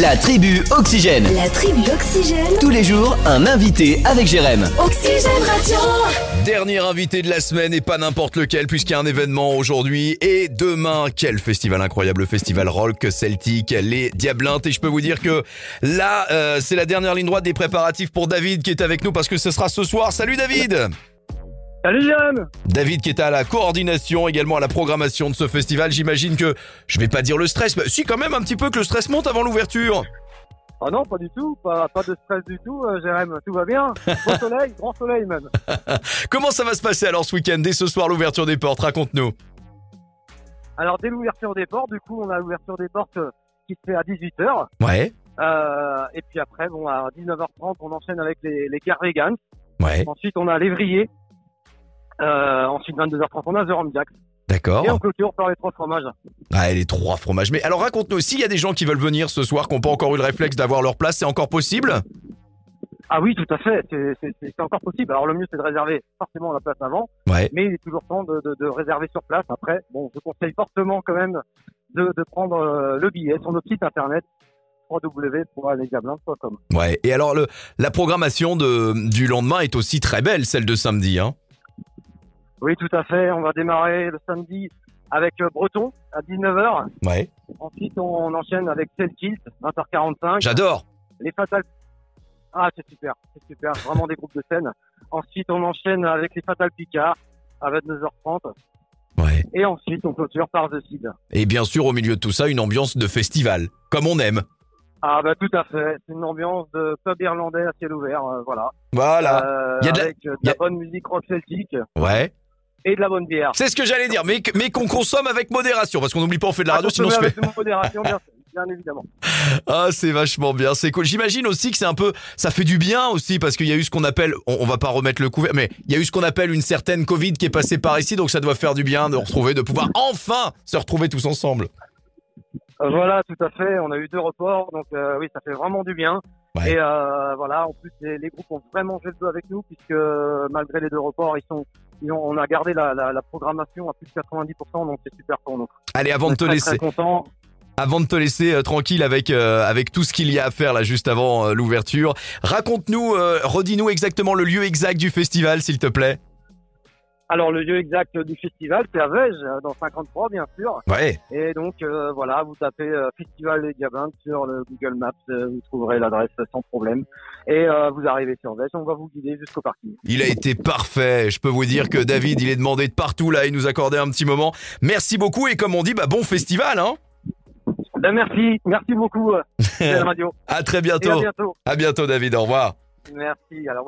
La tribu Oxygène. La tribu Oxygène. Tous les jours, un invité avec Jérém. Oxygène Radio. Dernier invité de la semaine et pas n'importe lequel puisqu'il y a un événement aujourd'hui et demain. Quel festival incroyable, le festival rock celtique, les Diablintes. Et je peux vous dire que là, euh, c'est la dernière ligne droite des préparatifs pour David qui est avec nous parce que ce sera ce soir. Salut David Salut Yann David qui est à la coordination, également à la programmation de ce festival. J'imagine que, je vais pas dire le stress, mais si quand même un petit peu que le stress monte avant l'ouverture. Oh non, pas du tout, pas, pas de stress du tout, euh, Jérém, tout va bien. Beau soleil, grand soleil même. Comment ça va se passer alors ce week-end dès ce soir l'ouverture des portes Raconte-nous. Alors dès l'ouverture des portes, du coup on a l'ouverture des portes euh, qui se fait à 18h. Ouais, Euh, et puis après, bon, à 19h30 on enchaîne avec les, les Carvegans. ouais, Ensuite on a l'Évrier. Euh, ensuite 22h30 on a The Ram Jack. Et on d'accord. clôture par les trois fromages. Ah, les trois fromages. Mais alors raconte-nous, s'il y a des gens qui veulent venir ce soir, qui n'ont pas encore eu le réflexe d'avoir leur place, c'est encore possible Ah oui, tout à fait, c'est- c'est c'est- c'est encore possible. Alors le mieux c'est de réserver forcément la place avant. Ouais. mais il est toujours temps de, de- de réserver sur place. Après, bon, je conseille fortement quand même de, de prendre euh, le billet sur notre site internet www.lesdiablins.com. Ouais. Et alors le, la programmation de, du lendemain est aussi très belle, celle de samedi. Hein. Oui, tout à fait. On va démarrer le samedi avec euh, Breton à 19h. Ouais. Ensuite, on enchaîne avec Selkilt, 20h45. J'adore. Les Fatal... Ah, c'est super, c'est super. Vraiment des groupes de scène. Ensuite, on enchaîne avec les Fatal Picard à 22h30. Ouais. Et ensuite, on clôture par The Seed. Et bien sûr, au milieu de tout ça, une ambiance de festival, comme on aime. Ah bah tout à fait, c'est une ambiance de pub irlandais à ciel ouvert, euh, voilà. Voilà. Euh, Y a de la- avec euh, de y a- la bonne musique rock celtique Ouais. et de la bonne bière. C'est ce que j'allais dire, mais, que- mais qu'on consomme avec modération, parce qu'on n'oublie pas on fait de la radio, À sinon on consommer se fait. avec une modération, bien, bien évidemment. Ah, c'est vachement bien, c'est cool. J'imagine aussi que c'est un peu, ça fait du bien aussi parce qu'il y a eu ce qu'on appelle, on, on va pas remettre le couvert, mais il y a eu ce qu'on appelle une certaine Covid qui est passée par ici, donc ça doit faire du bien de retrouver, de pouvoir enfin se retrouver tous ensemble. Euh, voilà, tout à fait, on a eu deux reports, donc euh, oui, ça fait vraiment du bien. Ouais. Et euh, voilà, en plus, les, les groupes ont vraiment joué le jeu avec nous, puisque euh, malgré les deux reports, ils sont, ils ont, on a gardé la, la, la programmation à plus de 90%, donc c'est super pour nous. Allez, avant on de est te très, laisser, Très content. avant de te laisser euh, tranquille avec euh, avec tout ce qu'il y a à faire là juste avant euh, l'ouverture, raconte-nous, euh, redis-nous exactement le lieu exact du festival, s'il te plaît. Alors, le lieu exact du festival, c'est à Vège, euh, dans 53, bien sûr. Ouais. Et donc, euh, voilà, vous tapez euh, Festival Les Diablins sur le Google Maps, euh, vous trouverez l'adresse sans problème. Et euh, vous arrivez sur Vèche, on va vous guider jusqu'au parking. Il a été parfait. Je peux vous dire que David, il est demandé de partout là. Il nous accordait un petit moment. Merci beaucoup et comme on dit, bah bon festival, hein. Ben, merci, merci beaucoup, euh, de la radio. À très Et à bientôt. bientôt. À bientôt, David. Au revoir. Merci, alors.